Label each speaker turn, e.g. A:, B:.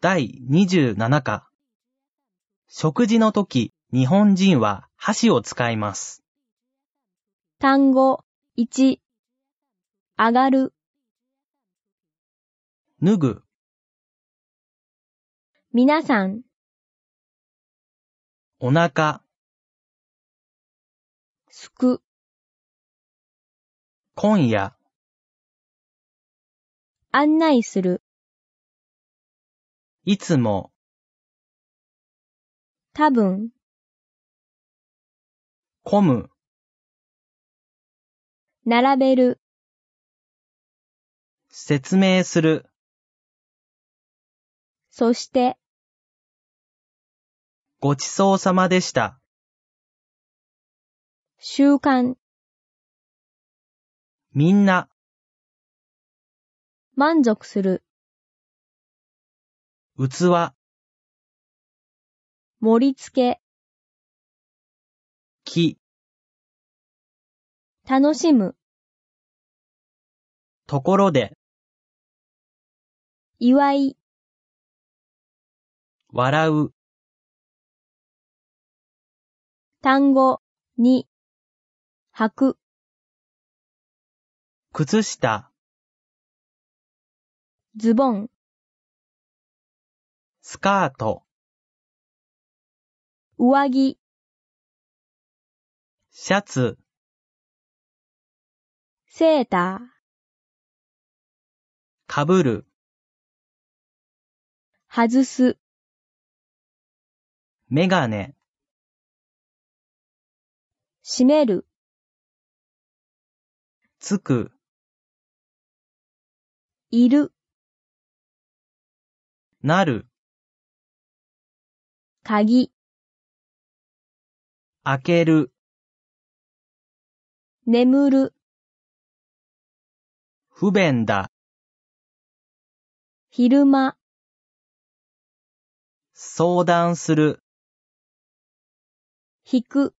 A: 第27課。食事の時、日本人は箸を使います。
B: 単語、1、上がる、
A: 脱ぐ、
B: 皆さん、
A: お腹、
B: すく、
A: 今夜、
B: 案内する、
A: いつも、
B: 多分、
A: 混む、
B: 並べる、
A: 説明する、
B: そして、
A: ごちそうさまでした、
B: 習慣、
A: みんな、
B: 満足する、
A: 器、
B: 盛り付
A: 木、
B: け、楽しむ、
A: ところで、
B: 祝い、
A: 笑う、
B: 単語、2、履く、
A: 靴下、
B: ズボン、
A: スカート、
B: 上着、
A: シャツ、
B: セーター、
A: かぶる、
B: 外す、
A: メガネ、
B: 閉める、
A: つく、
B: いる、
A: なる、
B: 鍵、
A: 開ける、
B: 眠る、
A: 不便だ、
B: 昼間、
A: 相談する、
B: 引く、